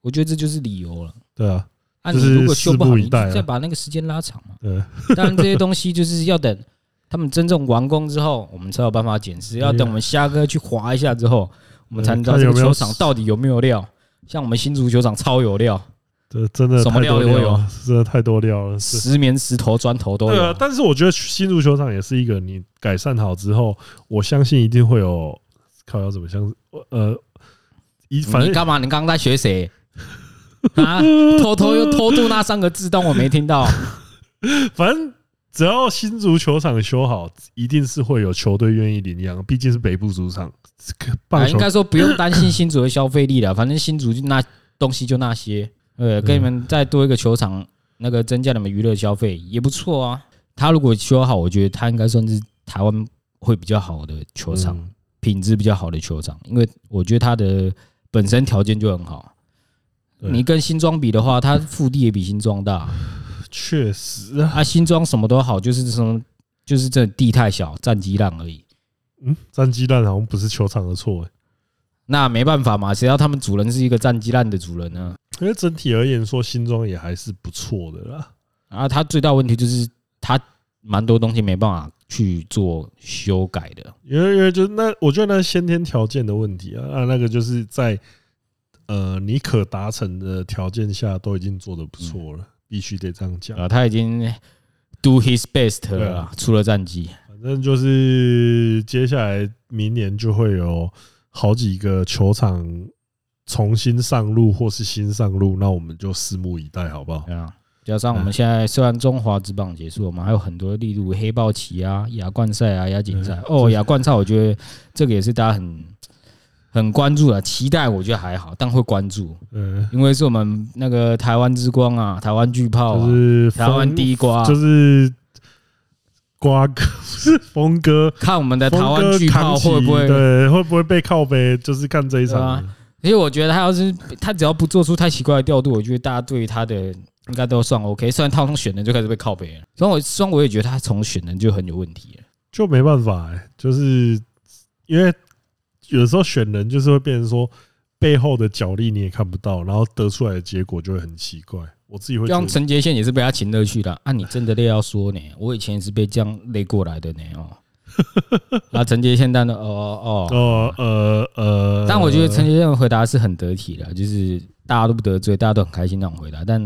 我觉得这就是理由了。对啊，啊，就你是如果修不好，拭目你以待啊就再把那个时间拉长嘛。对，当然，这些东西就是要等他们真正完工之后，我们才有办法检视。要等我们虾哥去划一下之后，我们才能知道看这个有没有球场到底有没有料。像我们新足球场超有料，这真的什么太料多也会有了，真的太多料了。是石棉、石头、砖头都对啊有，。但是我觉得新足球场也是一个你改善好之后，我相信一定会有靠要怎么相呃，一反你正干嘛？你刚刚在学 (laughs) 谁？啊，偷偷又偷渡那三个字，当我没 (laughs) 听到。反正只要新足球场修好，一定是会有球队愿意领养，毕竟是北部主场，这个棒啊，球应该说不用担心新竹的消费力了，反正新竹就那东西就那些，呃，嗯给你们再多一个球场，那个增加你们娱乐消费也不错啊。他如果修好，我觉得他应该算是台湾会比较好的球场，嗯品质比较好的球场，因为我觉得它的本身条件就很好。对你跟新庄比的话，它腹地也比新庄大，确实啊，啊，新庄什么都好，就是什么，就是这地太小，占几浪而已。嗯，战鸡蛋好像不是球场的错、欸，那没办法嘛，谁要他们主人是一个占鸡蛋的主人呢？因为整体而言说新庄也还是不错的啦。啊，他最大问题就是他蛮多东西没办法去做修改的。因为因为就是那，我觉得那是先天条件的问题啊，啊，那个就是在呃你可达成的条件下都已经做的不错了，必须得这样讲。啊，他已经 do his best 对了啊啦，出了战绩。反正就是接下来明年就会有好几个球场重新上路或是新上路，那我们就拭目以待，好不好？对啊，加上我们现在虽然中华职棒结束，我们还有很多，例如黑豹旗啊、亚冠赛啊、亚锦赛嗯。哦，是亚冠赛我觉得这个也是大家很很关注的，期待我觉得还好，但会关注，嗯，因为是我们那个台湾之光啊、台湾巨炮就啊、是台湾一，地瓜啊，就是瓜哥 (laughs) 不是峰哥，看我们的台峰湾哥巨扛炮起会不会对会不会被靠背？就是看这一对场啊。其实我觉得他要是他只要不做出太奇怪的调度，我觉得大家对于他的应该都算 OK。虽然他从选人就开始被靠北了，虽然我虽然我也觉得他从选人就很有问题了。就没办法、欸，就是因为有时候选人就是会变成说背后的角力你也看不到，然后得出来的结果就会很奇怪。我自己会觉像得，陈杰宪也是被他擒了去的啊！你真的累要说呢，我以前也是被这样累过来的呢哦。啊，陈杰宪当然哦哦，呃呃呃，但我觉得陈杰宪的回答是很得体的，啊就是大家都不得罪，大家都很开心那种回答。但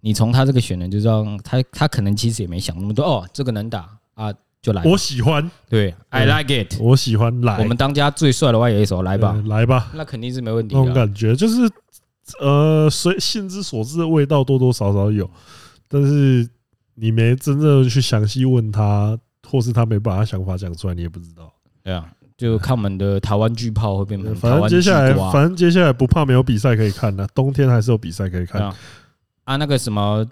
你从他这个选人就知道，他他可能其实也没想那么多哦，这个能打啊就来吧，我喜欢，对，I like it。我喜欢来，我们当家最帅的外野手，来来吧，来吧，那肯定是没问那题种的啊。感觉就是呃，随性之所至的味道多多少少有，但是你没真正去详细问他，或是他没把他想法讲出来，你也不知道。对啊，就看我们的台湾巨炮会变成嗯台反正湾接巨下来，瓜。啊反正接下来不怕没有比赛可以看了、冬天还是有比赛可以对看。啊，啊，那个什么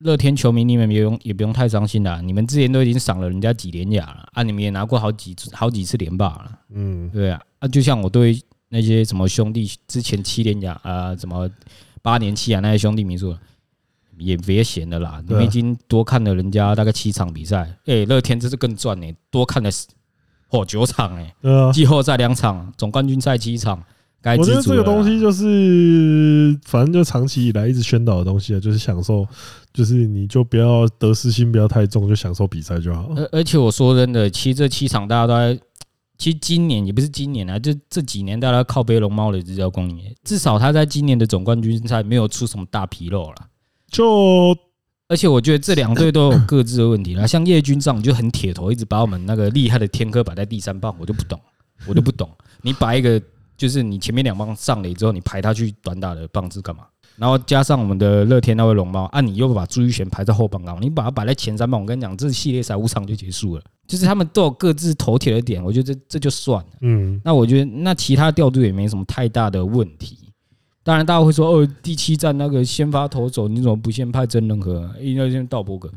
乐天球迷，你们也用也不用太伤心啊啦，你们之前都已经赏了人家几连亚了啊，你们也拿过好几好几次连霸了，嗯，对啊，啊，就像我对那些什么兄弟之前七连亚啊，什么八年七啊那些兄弟们说。也别闲了啦，你对们啊已经多看了人家大概七场比赛，哎，乐天这是更赚呢、多看了哦九场哎、对啊，季后赛两场，总冠军赛七场，该我觉知得足这了个啦。东西就是，反正就长期以来一直宣导的东西啊，就是享受，就是你就不要呃得失心不要太重，就享受比赛就好。而而且我说真的，其实这七场大家都在其实今年也不是今年啊，就这几年大家靠背龙猫的日交公爷，至少他在今年的总冠军赛没有出什么大纰漏啦。就而且我觉得这两队都有各自的问题啦，像叶军长就很铁头，一直把我们那个厉害的天科摆在第三棒，我就不懂，我就不懂，你摆一个就是你前面两棒上垒之后，你排他去短打的棒子干嘛？然后加上我们的乐天那位龙猫，啊，你又把朱玉璇排在后棒干嘛？你把它摆在前三棒，我跟你讲，这系列赛五场就结束了，就是他们都有各自头铁的点，我觉得这这就算了。嗯，那我觉得那其他调度也没什么太大的问题。当然，大家会说，哦，第七站那个先发投手，你怎么不先派真人和？一定要先道伯格。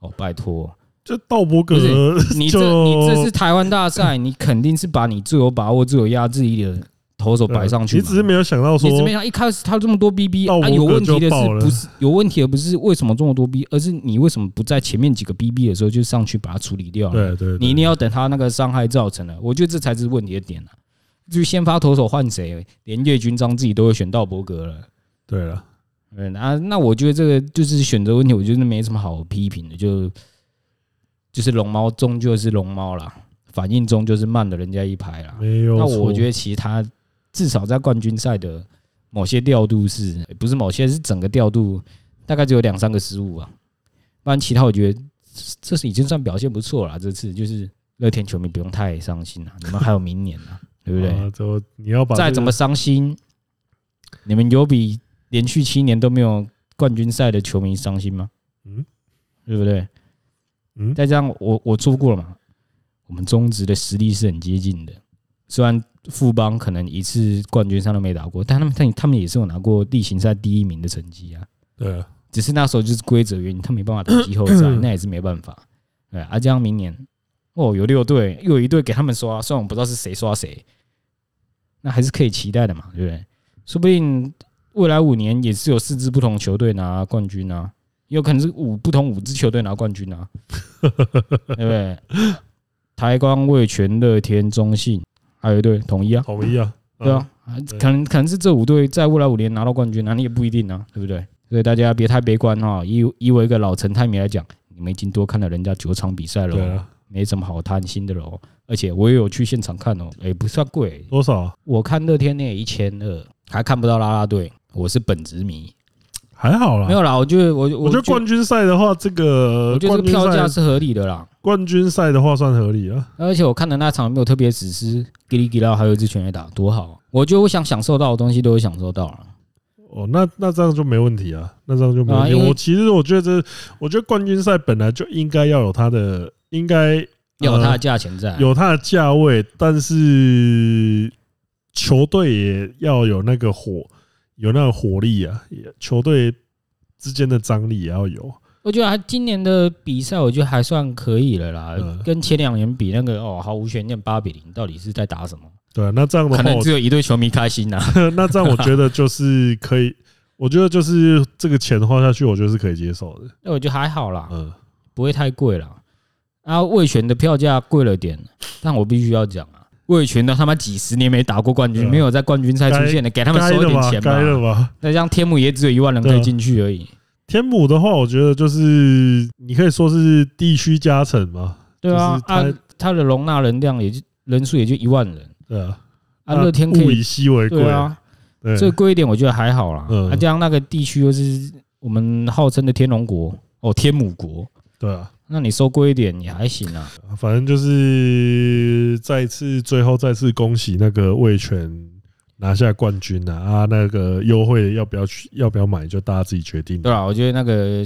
哦，拜托，这道伯格不是你 (laughs) 这就你这是台湾大赛，你肯定是把你最有把握、最有压制力的投手摆上去你嘛。只是没有想到说你怎么想？一开始他这么多 BB，道伯啊，格有问题的就爆是了不是有问题的不是为什么这么多 B，而是你为什么不在前面几个 BB 的时候就上去把它处理掉对呢？对，对你一定要等他那个伤害造成了，我觉得这才是问题的点啊。就先发投手换谁，连叶军章自己都会选到伯格了。对了，嗯啊，那我觉得这个就是选择问题，我觉得没什么好批评的，就就是龙猫终究是龙猫啦，反应终究是慢了人家一拍啦。没有错。那我觉得其实他至少在冠军赛的某些调度是，不是某些是整个调度大概只有两三个失误啊，不然其他我觉得这是已经算表现不错了啦。这次就是乐天球迷不用太伤心了，你们还有明年呢，对不对？啊就你要把再这个怎么伤心，你们有比连续七年都没有冠军赛的球迷伤心吗？嗯对不对？嗯，再这样，我我做过了嘛，我们中职的实力是很接近的，虽然富邦可能一次冠军赛都没打过，但他们但他们也是有拿过例行赛第一名的成绩啊，对啊，只是那时候就是规则原因，他没办法打季后赛，那也是没办法。对啊，这样明年哦有六队，又有一队给他们刷，虽然我不知道是谁刷谁，那还是可以期待的嘛，对不对？说不定未来五年也是有四支不同球队拿冠军啊，也有可能是五不同五支球队拿冠军啊，对不对？台光、味全、乐天、中信，还有一队统一啊，统一啊，对啊，啊对可能可能是这五队在未来五年拿到冠军，那你也不一定啊，对不对？所以大家别太悲观哈、以以我一个老陈泰迷来讲，你们已经多看了人家九场比赛对了哦，啊，没什么好贪心的了哦。而且我也有去现场看哦，也不算贵，多少啊我看乐天那一千二，还看不到啦啦队，我是本职迷，还好啦没。有啦，我觉得我我觉得冠军赛的话，这个我觉得冠这个军票价赛是合理的啦。冠军赛的话算合理啊。而且我看的那场没有特别史诗，吉里吉拉还有一支全垒打，多好啊、我觉得我想享受到的东西都有享受到了。哦，那那这样就没问题啊，那这样就没问啊题。因为我其实我觉得这，我觉得冠军赛本来就应该要有它的，应该要有它的呃价钱在啊、有它的价位，但是球队也要有那个火，有那个火力啊，也球队之间的张力也要有。我觉得他今年的比赛，我觉得还算可以了啦。嗯跟前两年比，那个哦，毫无悬念八比零，到底是在打什么？对啊，那这样的可话，能我只有一队球迷开心啊呐、那这样我觉得就是可以，我觉得就是这个钱花下去，我觉得是可以接受的。 (laughs) 那我觉得还好啦，嗯，不会太贵啦。啊，魏权的票价贵了点，但我必须要讲啊，魏权都他妈几十年没打过冠对军，啊没有在冠军赛出现的，给他们该收一的点吧，钱该的吧。吧。那这样天母也只有一万人可以进去而已。天母的话，我觉得就是你可以说是地区加成嘛，对就啊，是啊他，他的容纳人量也就人数也就一万人。对啊，啊，那乐天可物以以稀为贵对，啊，对最贵一点我觉得还好啦。嗯啊，加上那个地区又是我们号称的天龙国哦，天母国，对啊，那你收贵一点也还行啊。反正就是再次最后再次恭喜那个魏权拿下冠军啊啊，那个优惠要不要去要不要买就大家自己决定，对啊啦，我觉得那个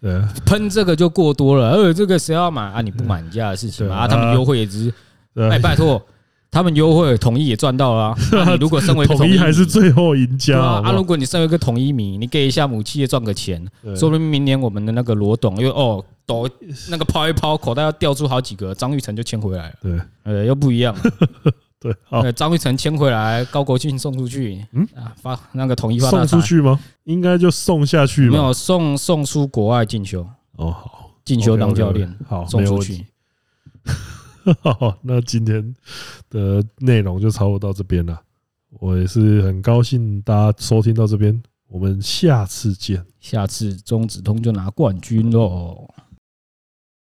对啊喷这个就过多了，呃，这个谁要买啊？你不买你家的事情嘛。对啊，他们啊优惠也只是，对哎，啊，拜托，他们优惠统一也赚到了 (laughs) 啊。那你如果身为一个统迷一还是最后赢对家啊好不啊，如好果你身为一个统一迷，你给一下母企业赚个钱，对说不定明年我们的那个罗董又哦抖那个抛一抛，口袋要掉出好几个，张玉成就签回来了，对呃，又不一样了。对，好呃，张玉成签回来，高国庆送出去，哦嗯啊，发那个统一发大送财出，去吗？应该就送下去没吧。有送送出国外进修，哦，好，进修当教练，好，送哦没有出问题 (laughs) 去。。好，那今天的内容就差不多到这边了。我也是很高兴大家收听到这边，我们下次见。下次中指通就拿冠军喽。